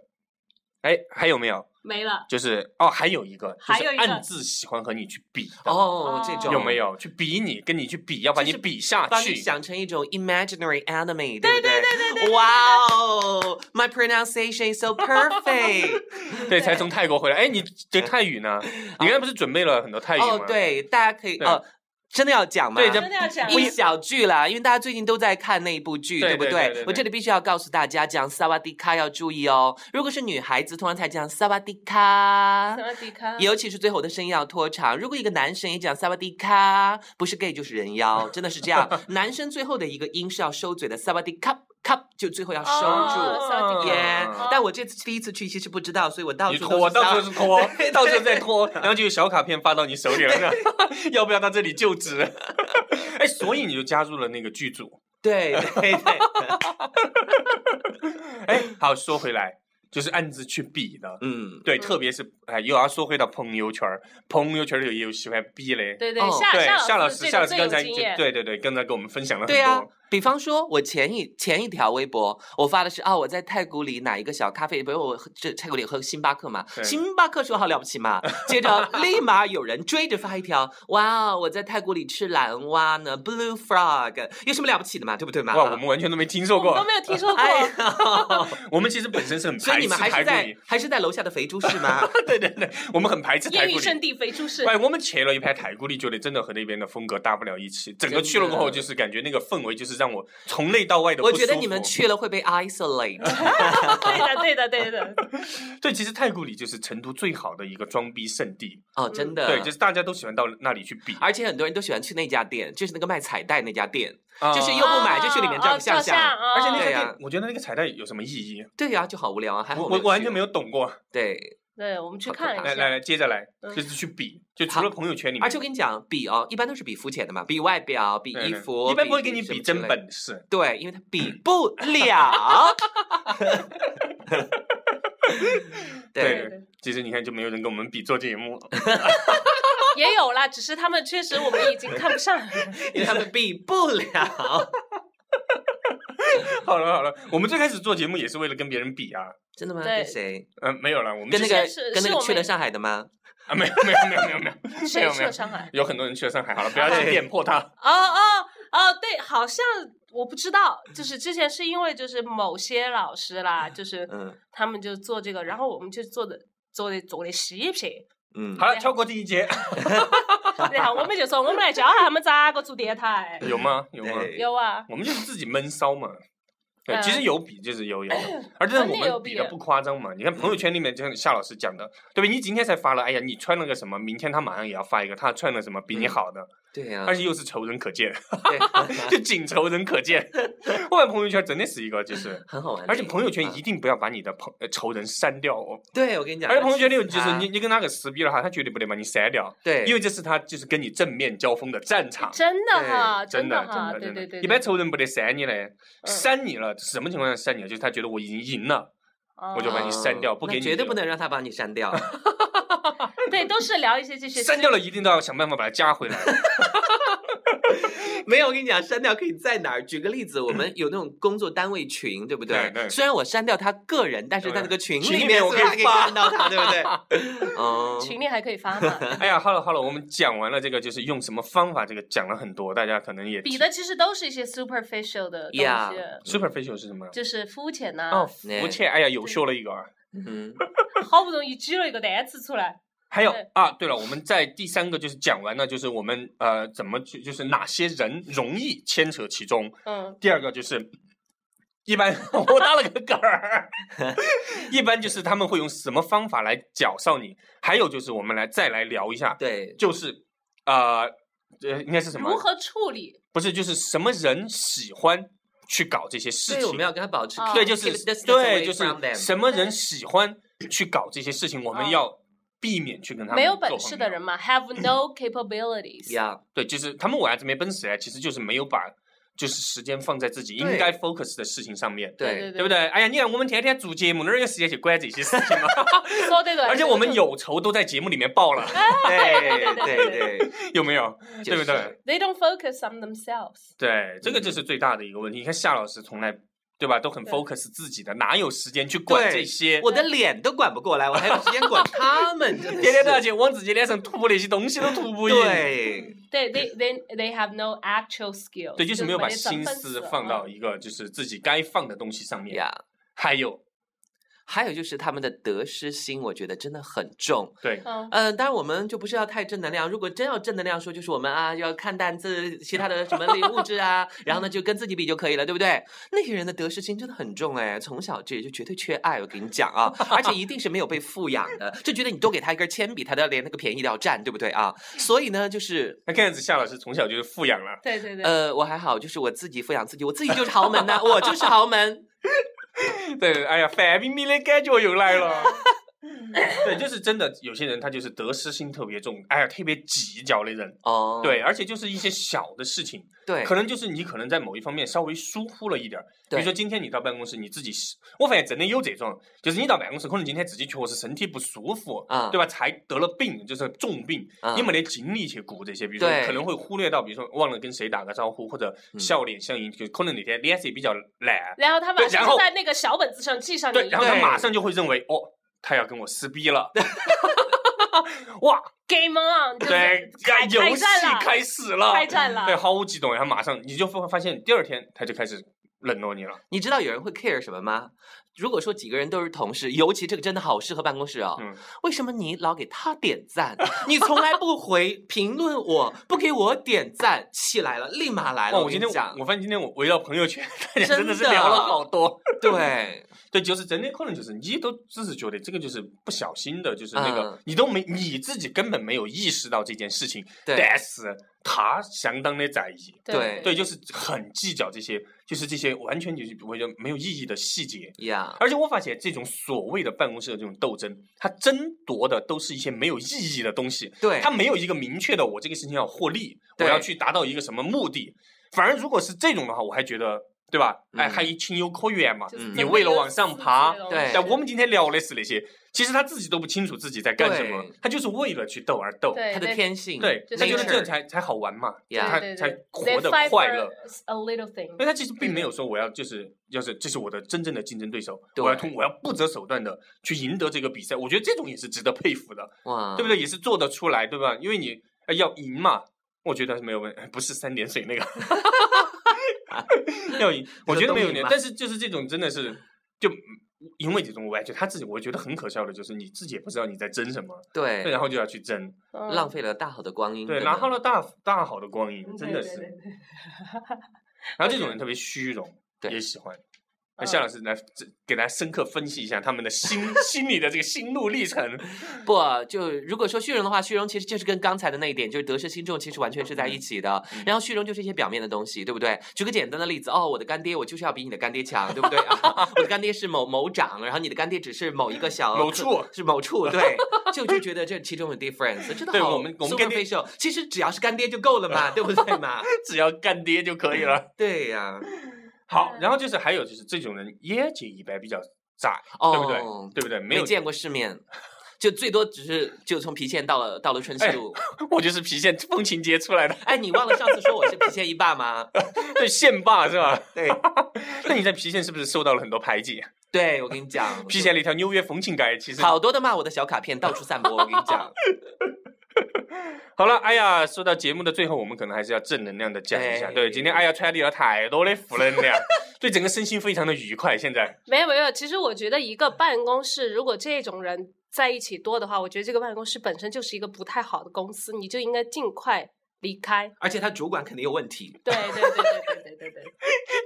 S3: 哎，还有没有？
S2: 没了。
S3: 就是哦，还有一个，就
S2: 还
S3: 是
S2: 有一个
S3: 暗自喜欢和你去比的，
S4: 哦，这
S2: 哦
S4: 种
S3: 有没？有去比你，跟你去比，要把你
S4: 就是
S3: 比下
S4: 帮你
S3: 去。
S4: 想成一种 imaginary enemy，对不对？对对对哇哦，my pronunciation is so perfect。
S3: 对，才从泰国回来。哎，你这泰语呢？你刚才不是准备了很多泰语吗？
S4: 哦，，对，大家可以
S3: 对
S4: 哦，真的要讲吗？
S3: 对这
S2: 真的要讲
S4: 一小剧啦，因为大家最近都在看那一部剧，
S3: 对
S4: 不
S3: 对对对对
S4: 我这里必须要告诉大家，讲萨瓦迪卡要注意哦。如果是女孩子，通常才讲萨瓦迪卡
S2: 萨。瓦迪卡，
S4: 尤其是最后的声音要拖长。如果一个男生也讲萨瓦迪卡，不是 gay 就是人 妖，真的是这样。男生最后的一个音是要收嘴的，萨瓦迪卡 cup 就最后要收
S2: 哦
S4: 住。
S2: 萨瓦迪
S4: 耶、
S3: 嗯
S2: 卡
S4: 但我这次第一次去其实不知道，所以我到
S3: 你
S4: 处
S3: 拖，
S4: 都是萨
S3: 到处是拖，到处在拖，然后就有小卡片发到你手里了呢。 要不要到这里就职？哎，所以你就加入了那个剧组。
S4: 对对对，
S3: 哎，好，说回来，就是暗自去比的。
S4: 嗯，
S3: 对，
S2: 嗯
S3: 特别是哎，又要说回到朋友圈儿，朋友圈儿里也有喜欢逼嘞。
S2: 对对
S4: 哦，
S2: 夏
S3: 对，夏老
S2: 师
S3: 夏
S2: 这
S3: 老
S2: 个
S3: 师
S2: 最
S3: 刚
S2: 有
S3: 才
S2: 经
S3: 就
S2: 验，
S3: 对对对，刚才跟我们分享了很
S4: 对啊
S3: 多。，
S4: 比方说，我前一前一条微博，我发的是啊，我在太古里哪一个小咖啡，不是我喝这太古里喝星巴克嘛，
S3: 对
S4: 星巴克说好了不起嘛， 接着立马有人追着发一条，哇哦，我在太古里吃蓝蛙呢，blue frog，有什么了不起的嘛，对不对嘛？啊
S3: 哇，我们完全都没听说
S2: 我们
S3: 过
S2: 都。没有听说过。
S4: 哎呀，
S3: 我们其实本身是很
S4: 所以
S3: 排
S4: 你
S3: 斥
S4: 们还
S3: 排
S4: 是
S3: 骨
S4: 在
S3: 里，
S4: 还是在楼下的肥猪是 吗？
S3: 对对对，我们很排斥
S2: 艳
S3: 排骨
S2: 遇
S3: 里
S2: 圣。地肥猪市，
S3: 哎，我们去了一盘太古里，觉得真的和那边的风格搭不了一起。整个去了过后，
S4: 真
S3: 就
S4: 的
S3: 是感觉那个氛围就是让我从内到外的。
S4: 我觉得你们去了会被 isolate，
S2: 对的，对的，对的，
S3: 对，其实太古里就是成都最好的一个装逼圣地，
S4: 哦，真
S3: 嗯
S4: 的，
S3: 对，就是大家都喜欢到那里去比，
S4: 而且很多人都喜欢去那家店，就是那个卖彩带那家店，
S3: 啊
S4: 就是又不买就去里面照
S2: 照
S4: 个相
S2: 相，
S3: 而
S2: 而
S3: 且那个
S4: 对
S3: 店，
S4: 呀
S3: 我觉得那个彩带有什么意义？
S4: 对呀、就好无聊啊，还好
S3: 我
S4: 没
S3: 我
S4: 有
S3: 完
S4: 去
S3: 全没有懂
S4: 啊
S3: 过。
S4: 对。
S2: 对，我们去看了
S3: 来
S4: 啊
S2: 一
S3: 来
S2: 下，
S3: 来，接着来，
S2: 嗯
S3: 就是去比，就除了朋友圈里面，
S4: 而且我跟你讲，比哦，一般都是比肤浅的嘛，比外表、啊比
S3: 对
S4: 衣
S3: 对
S4: 服，
S3: 一般不会跟你
S4: 什么
S3: 比
S4: 之
S3: 真
S4: 类。
S3: 本事。
S4: 对，因为他比不了。
S3: 对
S4: 对，
S2: 对，
S3: 其实你看，就没有人跟我们比做节目，
S2: 也有啦，只是他们确实我们已经看不上 了。
S4: 因为他们比不了，
S3: 好了好了，我们最开始做节目也是为了跟别人比啊，
S4: 真的吗？
S2: 对
S4: 跟谁？
S3: 嗯，没有了，我们
S4: 跟
S2: 之
S4: 那个
S2: 前是
S4: 跟那
S2: 是
S4: 个
S2: 我
S4: 去了
S2: 们
S4: 上海的吗？
S3: 啊，没有没有没有没有没有，没
S2: 谁
S3: 有没
S2: 去
S3: 有
S2: 了，上海？
S3: 有很多人去了上 海，好了，不要去点破它。
S2: 哦哦哦，对，好像我不知道，就是之前是因为就是某些老师啦，就是
S4: 嗯
S2: 他们就做这个，然后我们就做的做的做的视频，
S4: 嗯
S3: 好，了，跳过第一节，
S2: 然后我们就说我们来教下他们咋个做电台。
S3: 有吗？有吗？
S4: 对
S2: 有啊，
S3: 我们就是自己闷骚嘛。对，
S2: 嗯
S3: 其实有比就是有 有，有而且我
S2: 真的有
S3: 们
S2: 比
S3: 比的啊不夸张嘛。你看朋友圈里面，就像夏老师讲的，对吧？你今天才发了，哎呀，你穿了个什么？明天他马上也要发一个，他穿了什么比你好的，
S4: 对呀
S3: 而，且又是仇人可 见，
S4: 对啊
S3: 就仅仇人可见。我们朋友圈真的是一个， 就是，
S4: 很好玩的一个。
S3: 而且朋友圈
S4: 啊
S3: 一定不要把你的朋呃仇人删掉哦。
S4: 对我跟你讲，
S3: 而且朋友圈里有
S4: 气
S3: 就
S4: 死
S3: 是啊
S4: 他
S3: 你你跟那个撕逼了哈，他绝对不得把你删掉，
S4: 对，
S3: 因为这是他就是跟你正面交锋的战场。
S2: 真的哈，
S3: 啊哎真
S2: 的哈，对
S3: 真的，真的
S2: 对对，
S3: 一般仇人不得删你嘞，
S2: 嗯
S3: 删你了，什么情况下删你了？就是他觉得我已经赢了，
S2: 哦
S3: 我就把你删掉不
S4: 那
S3: 给你
S4: 绝对
S3: 留
S4: 不能让他把你删掉。
S2: 对，都是聊一些这些
S3: 删掉了一定都要想办法把它加回来。
S4: 没有，我跟你讲，删掉可以在哪儿？举个例子，我们有那种工作单位群，对不对？
S3: 对对
S4: 虽然我删掉他个人，但是在那 个群
S3: 群里
S4: 里
S3: 面
S4: 面，
S3: 我
S4: 所
S3: 可以
S4: 还可以
S3: 发
S4: 看到他，对 不对？哦，
S2: 群里还可以发嘛，
S3: 哎呀，好了好了，我们讲完了这个，就是用什么方法，这个讲了很多，大家可能也
S2: 比的其实都是一些 superficial 的东
S4: Yeah
S2: 西，
S3: superficial 是什么？
S2: 就是肤浅呐，
S3: 哦，肤浅。哎呀，又学了一个。
S4: 嗯，
S2: 好不容易挤了一个单词出来，
S3: 还有
S2: 对
S3: 啊，对了，我们在第三个就是讲完了，就是我们呃怎么去，就是哪些人容易牵扯其中。
S2: 嗯，
S3: 第二个就是，一般 我打了个嗝儿， 一般就是他们会用什么方法来搅扰你。还有就是我们来再来聊一下，
S4: 对，
S3: 就是呃呃应该是什么
S2: 如？何处理？
S3: 不是，就是什么人喜欢去搞这些事
S4: 对，我
S3: 情
S4: 们。要跟他保持
S2: 哦
S4: keep-
S3: 对，就是
S4: ，keep distance
S3: 对，
S4: away
S3: 就是
S4: from them
S3: 什么人喜欢去搞这些事情，我们
S2: 嗯
S3: 要避免去跟他们
S2: 没有
S3: 做
S2: 本
S3: 朋
S2: 事
S3: 友
S2: 的人嘛，have no capabilities。
S4: 呀，
S3: 对，就是他们我还是没奔死来，其实就是没有把就是时间放在自己应
S4: 对
S3: 该 focus 的事情上面，
S2: 对
S4: 对
S3: 对不对？哎呀，你看我们天天做节目，哪有时间去管这些事情嘛？
S2: 对？说 对对。
S3: 而且我们有仇都在节目里面 爆了，
S4: 对对对，
S3: 有没有？对不对？
S2: ，they don't focus on themselves。
S3: 对，这个就是最大的一个问题。你看夏老师从来对吧，都很
S2: 嗯对
S3: focus 自己的，哪有时间去管
S4: 对
S3: 这些？
S4: 我的脸都管不过来，我还有时间管他们？真的
S3: 天天都要
S4: 是
S3: 去往自己脸上涂那些东西都涂不赢。
S4: 对，
S2: 对，they they they have no actual skill。
S3: 对，就是没有把心
S2: 就是
S3: 思
S2: 没得
S3: 放到
S2: 嗯
S3: 一个就是自己该放的东西上面。
S4: 呀，
S3: 还有，
S4: 还有就是他们的得失心，我觉得真的很重。
S3: 对，
S2: 嗯
S4: 嗯，当然我们就不是要太正能量。如果真要正能量说，就是我们啊要看淡自其他的 什么物质啊，然
S3: 嗯
S4: 后呢就跟自己比就可以了，对不对？那些人的得失心真的很重哎，从小这就绝对缺爱，我跟你讲啊，而且一定是没有被富养的，就觉得你多给他一根铅笔，他都要连那个便宜都要占，对不对啊？所以呢，就是
S3: 那看样子夏老师从小就是富养了。
S2: 对对对。
S4: 呃，我还好，就是我自己富养自己，我自己就是豪门呐、我就是豪门。
S3: 对，哎呀，范冰冰的感觉又来了。 对，就是真的，有些人他就是得失心特别重，哎呀，特别计较的人。
S4: 哦，
S3: 对，而且就是一些小的事情，
S4: 对，
S3: 可能就是你可能在某一方面稍微疏忽了一点儿。比如
S4: 对
S3: 说今天你到办公室，你自己是，我发现真的有这种，就是你到办公室，可能今天自己确实身体不舒服，
S4: 啊
S3: 对吧？才得了病，就是重病，
S4: 啊
S3: 你没得精力去顾这些，比如说
S4: 对
S3: 可能会忽略到，比如说忘了跟谁打个招呼，或者
S4: 嗯
S3: 笑脸相迎，就可能哪天脸色比较懒，
S2: 然后他马
S3: 对然
S2: 上
S3: 后
S2: 就在那个小本子上记上你
S3: 对，
S2: 一
S3: 然后他
S2: 个
S4: 对
S3: 马上就会认为哦，他要跟我撕逼了，哇，
S2: game on，就是
S3: 对，
S2: 开
S3: 游
S2: 开
S3: 戏
S2: 战了，
S3: 开始了，
S2: 开战
S3: 对，
S2: 了。
S3: 好激动，然后马上你就会发现第二天他就开始冷落你了，
S4: 你知道有人会 care 什么吗？如果说几个人都是同事，尤其这个真的好适合办公室哦。
S3: 嗯
S4: 为什么你老给他点赞？你从来不回评论我，不给我点赞，气来了，立马来
S3: 哇，
S4: 了。哎我
S3: 我哦
S4: 跟
S3: 今
S4: 你
S3: 天
S4: 讲，
S3: 我发现今天我围绕朋友圈， 大家真的是
S4: 真的
S3: 聊了好多。
S4: 对，
S3: 对，就是真的，可能就是你都只是觉得这个就是不小心的，就是那个、
S4: 嗯
S3: 你都没你自己根本没有意识到这件事情，
S4: 对
S3: 但是他相当的在意。
S4: 对
S3: 对，就是很计较这些，就是这些完全就是我觉得没有意义的细节。
S4: 呀，
S3: 而且我发现，这种所谓的办公室的这种斗争，它争夺的都是一些没有意义的东西。
S4: 对，
S3: 他没有一个明确的我这个事情要获利，我
S4: 对
S3: 要去达到一个什么目的。反而如果是这种的话，我还觉得对吧？哎，
S4: 嗯
S3: 还情有可原嘛。
S2: 就是
S4: 嗯
S3: 你为了往上爬
S2: 这么一个
S4: 对
S2: 思维
S3: 但我们今天聊的是那些，其实他自己都不清楚自己在干什么
S4: 对，
S3: 他就是为了去斗而斗。
S2: 对
S4: 他的
S2: 对
S4: 天性，
S3: 对，
S2: 就是
S3: 他觉得
S4: nature
S3: 这才才好玩嘛，
S4: 呀
S3: 他
S2: 对对
S3: 才
S2: 对
S3: 活
S2: They
S3: 得
S2: fight
S3: 快
S2: for
S3: 乐。
S2: a little
S3: 因
S2: thing。
S3: 为他其实并没有说我要就是要是这是我的真正的竞争对手，
S4: 对
S3: 我要通我要不择手段的去赢得这个比赛，我觉得这种也是值得佩服的。
S4: 哇，
S3: 对不对？也是做得出来，对吧？因为你呃要赢嘛，我觉得是没有问，哎不是三点水那个，要赢，我觉得没有
S4: 东瀛
S3: 问
S4: 嘛
S3: 但是就是这种真的是就。因为这种歪曲，他自己我觉得很可笑的，就是你自己也不知道你在争什么，
S4: 对
S3: 对，然后就要去争，
S2: 嗯
S4: 浪费了大好的光阴，
S3: 对，
S4: 真的
S3: 拿到了大大好的光阴，
S2: 嗯
S3: 真的
S2: 对对
S3: 是。
S2: 对对
S3: 然后这种人特别虚荣，
S4: 对
S3: 也喜欢。那
S2: 嗯
S3: 夏老师来这给大家深刻分析一下他们的心 心理的这个心路历程。
S4: 不，就如果说虚荣的话，虚荣其实就是跟刚才的那一点，就是得失心重，其实完全是在一起的。
S3: 嗯
S4: 然后虚荣就是一些表面的东西，对不对？举个简单的例子，哦，我的干爹，我就是要比你的干爹强，对不对？啊、我的干爹是某某长，然后你的干爹只是某一个小
S3: 某处，
S4: 是某处，对，就就觉得这其中的 difference，真的
S3: 对
S4: 好
S3: 我们我们干爹
S4: superficial 其实只要是干爹就够了嘛，对不对嘛？
S3: 只要干爹就可以了。
S4: 对呀、
S3: 好，
S2: 嗯
S3: 然后就是还有就是这种人耶界一般比较窄，
S4: 哦
S3: 对不对？对不对？没有，
S4: 见过世面。就最多只是就从郫县到了到了春熙
S3: 哎
S4: 路，
S3: 我就是郫县风情街出来 的，
S4: 哎，你忘了上次说我是郫县一霸吗？
S3: 对县霸是吧？
S4: 对，
S3: 那你在郫县是不是受到了很多排挤？
S4: 对，我跟你讲，
S3: 郫县那条纽约风情街，其实
S4: 好多的骂我的小卡片到处散播，我跟你讲，
S3: 好了，哎呀，说到节目的最后，我们可能还是要正能量的讲一下。
S4: 哎
S3: 对，今天哎呀，传递了太多的负能 量，对整个身心非常的愉快。现在
S2: 没有没有，其实我觉得一个办公室如果这种人在一起多的话，我觉得这个办公室本身就是一个不太好的公司，你就应该尽快离开。
S4: 而且他主管肯定有问题。
S2: 对对对对对对对对，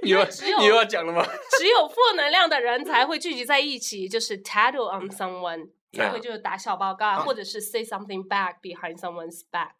S3: 你又
S2: 只有
S3: 你又要讲了吗？
S2: 只有负能量的人才会聚集在一起，就是 tattle on someone，
S4: Yeah
S3: 啊
S2: 才会就是打小报告，啊或者是 say something back
S3: 哦
S2: behind someone's back，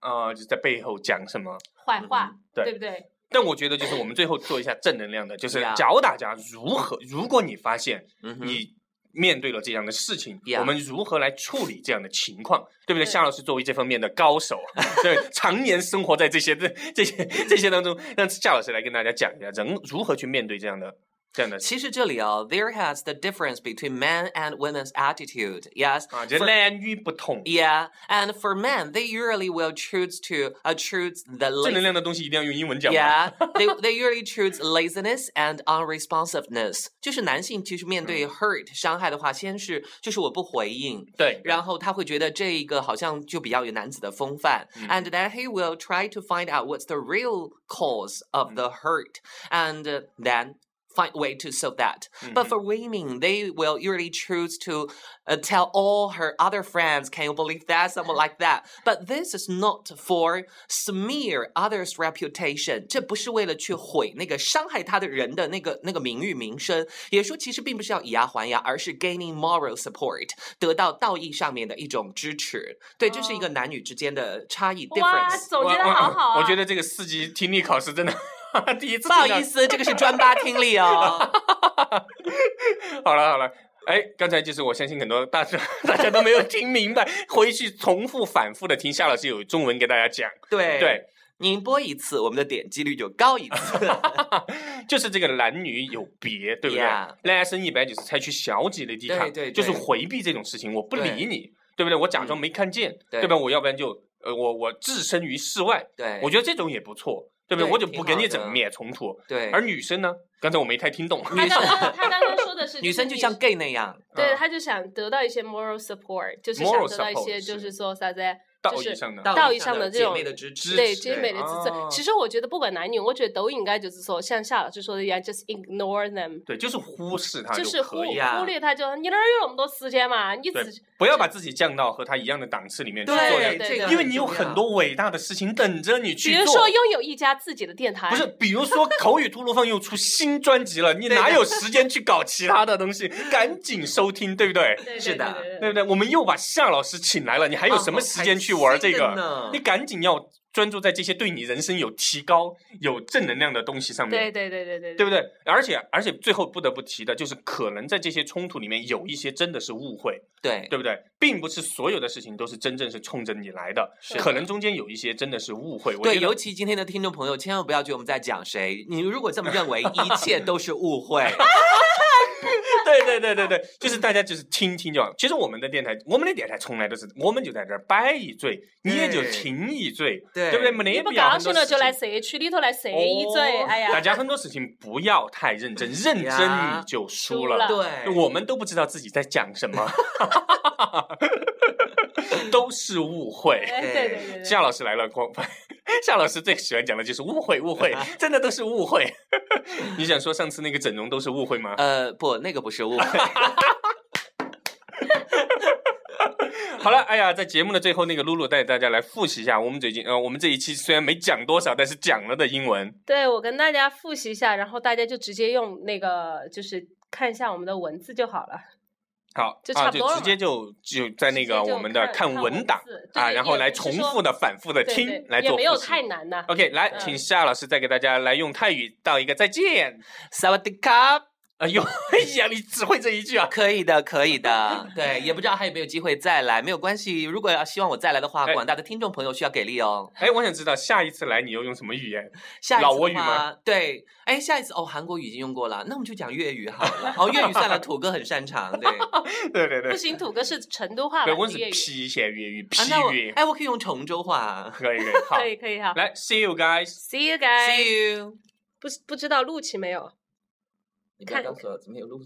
S3: 啊、就在背后讲什么？
S2: 坏话，
S3: 对
S2: 不对？
S3: 但我觉得就是我们最后做一下正能量的，就是
S4: 呀
S3: 教大家如何，如果你发现
S4: 嗯哼
S3: 你面对了这样的事情，
S4: 呀
S3: 我们如何来处理这样的情况，对不
S2: 对
S3: 对？夏老师作为这方面的高手，啊 对，常年生活在这些这这些这些当中，让夏老师来跟大家讲一下人如何去面对这样的这样的
S4: 其实这里哦，there has the difference between men and women's attitude. Yes.
S3: 啊，人
S4: for-
S3: 男女不同。
S4: Yeah, and for men, they usually will choose to uh, choose the
S3: 正
S4: lazy
S3: 能量的东西一定要用英文讲吗
S4: Yeah, they they usually choose laziness and unresponsiveness。就是男性其实面对 hurt 伤害的话，先是就是我不回应，
S3: 对，
S4: 然后他会觉得这一个好像就比较有男子的风范、a n d then he will try to find out what's the real cause of the hurt, and then. Find way to solve that.
S3: 嗯
S4: But for women, they will usually choose to uh, tell all her other friends, "Can you believe that?" Someone like that. But this is not for smear others' reputation. 这不是为了去毁那个伤害他的人的那个那个名誉名声。也说，其实并不是要以牙还牙，而是 gaining moral support，得到道义上面的一种支持。对，这是一个男女之间的差异
S2: 哇，
S4: difference。
S3: 我
S2: 总结的好好啊！
S3: 我我觉得这个四级听力考试真的 第一次。
S4: 不好意，思，这个是专八听力哦。
S3: 好了好了。哎，刚才就是我相信很多大家 大家都没有听明白，回去重复反复的听，夏老师有中文给大家讲。
S4: 对
S3: 对，
S4: 您播一次，我们的点击率就高 一次。
S3: 就是这个男女有别，对不对
S4: Yeah？
S3: 赖亚生一百九是采取消极的抵抗，
S4: 对对对
S3: 就是回避这种事情，我不
S4: 对嗯
S3: 理你，对不对？我假装没看见，
S4: 对
S3: 对吧？我要不然就呃，我我置身于世外，
S4: 对，
S3: 我觉得这种也不错，对不对？
S4: 对
S3: 我就
S4: 挺
S3: 不跟
S4: 好
S3: 你
S4: 的
S3: 整灭冲突。
S4: 对，
S3: 而女生呢，刚才我没太听懂，
S2: 他 刚刚他刚刚说的是，
S4: 女生就像 gay 那样，
S2: 对，
S3: 嗯
S2: 他就想得到一些 moral support，就是想
S3: Moral
S2: 得到一些
S3: support，
S2: 就是是说啥子，
S3: 道
S2: 就
S3: 义
S2: 是
S3: 上的，
S2: 道
S4: 道
S2: 义上的这
S4: 姐
S2: 种
S4: 妹的支持，
S2: 对
S3: 支持
S2: 姐妹的支持
S3: 哦。
S2: 其实我觉得不管男女，我觉得都应该就是说像夏老师说的一样，just ignore them。
S3: 对，就是忽视它
S2: 就是忽
S3: 可以，
S4: 啊
S2: 忽略他就你哪儿有那么多时间嘛？你
S3: 对
S2: 只
S3: 不要把自己降到和他一样的档次里面去做
S2: 对
S3: 人，
S2: 对
S4: 这个
S3: 因为你有很多伟大的事情等着你
S2: 比
S3: 去
S2: 如
S3: 做
S2: 说。拥有一家自己的电台，
S3: 不是，比如说口语吐鲁番又出新专辑了，你
S4: 对的
S3: 哪有时间去搞其他的东西？赶紧收听，对不对？
S2: 对，对
S4: 是的
S2: 对对
S3: 对不对？我们又把夏老师请来了，你还
S4: 哦
S3: 有什么时间去玩这个？
S2: 嗯
S3: 你赶紧要专注在这些对你人生有提高、有正能量的东西上
S2: 对
S3: 面。
S2: 对对对对
S3: 对不对？而且而且最后不得不提的就是，可能在这些冲突里面有一些真的是误会，
S4: 对
S3: 对不对？并不是所有的事情都是真正是冲着你来的，
S4: 是
S3: 可能中间有一些真的是误会。我
S4: 对，
S3: 觉得
S4: 尤其今天的听众朋友，千万不要觉得我们在讲谁。你如果这么认为，一 切都是 误会。
S3: 对对对对对，就是大家就是听听就好。其实我们的电台，我们的电台从来都是我们就在这儿掰一嘴，你也就
S4: 对
S3: 听一嘴，
S4: 对
S3: 对不对？没
S2: 你
S3: 有
S2: 不
S3: 必要
S2: 高
S3: 很多
S2: 兴了就
S3: 事情
S2: 来社区里头来射一
S3: 哦
S2: 嘴，哎
S3: 大
S2: 呀，
S3: 家很多事情不要太认真，认真
S4: 哎呀
S3: 你就输
S2: 输
S3: 了
S2: 了。
S4: 对，
S3: 我们都不知道自己在讲什 么，都是误会。
S2: 哎 对对对对对，
S3: 夏老师来了，光 夏老师最喜欢讲的就是误会，误
S4: 哎
S3: 会，真的都是误会。 你想说上次那个整容都是误会吗？
S4: 呃，不，那个不是误 会。
S3: 好了，哎呀，在节目的最后，那个露露带大家来复习一下我们最近呃，我们这一期虽然没讲多少，但是讲了的英文。
S2: 对，我跟大家复习一下，然后大家就直接用那个，就是看一下我们的文字就好了。
S3: 好
S2: 就
S3: 啊，
S2: 差不
S3: 就
S2: 多了
S3: 直接就就在那
S2: 直
S3: 个
S2: 接就
S3: 我们的
S2: 看看
S3: 文
S2: 文
S3: 档
S2: 字对
S3: 啊，
S2: 也
S3: 然后来
S2: 不是
S3: 重
S2: 说
S3: 复的、反复的
S2: 对
S3: 听
S2: 对，
S3: 来
S2: 也
S3: 做
S2: 没有
S3: 复习
S2: 太难呐、
S3: OK，来，
S2: 嗯
S3: 请夏老师再给大家来用泰语道一个再见。
S4: 萨瓦迪卡，
S3: 哎呦，哎呀，你只会这一句啊！
S4: 可以的，可 以的。对，也不知道还有没有机会再来，没有关系。如果要希望我再来的话，
S3: 哎
S4: 广大的听众朋友需要给力哦。
S3: 哎，我想知道下一次来你又用什么语言？
S4: 下一次
S3: 老
S4: 的
S3: 挝语
S4: 话
S3: 吗？
S4: 对，哎，下一次哦，韩国语已经用过了，那我们就讲粤语好了。哦，粤 语算了，土哥很擅长。对，
S3: 对对对
S2: 不，行，土哥是成都话
S3: 对，
S2: 吧？
S3: 我
S2: 是
S3: 只
S2: 粤语。
S3: 批一些粤语，批
S4: 啊，那我
S3: 语，
S4: 哎，我可以用崇州话。啊
S3: 可以可以，好
S2: 可，以可以哈。
S3: 来，See you guys，
S2: See you
S4: 哎
S2: guys。
S4: See you。
S2: 不不知道录起没有？
S4: 你
S2: 不要看
S4: 诉我怎么有录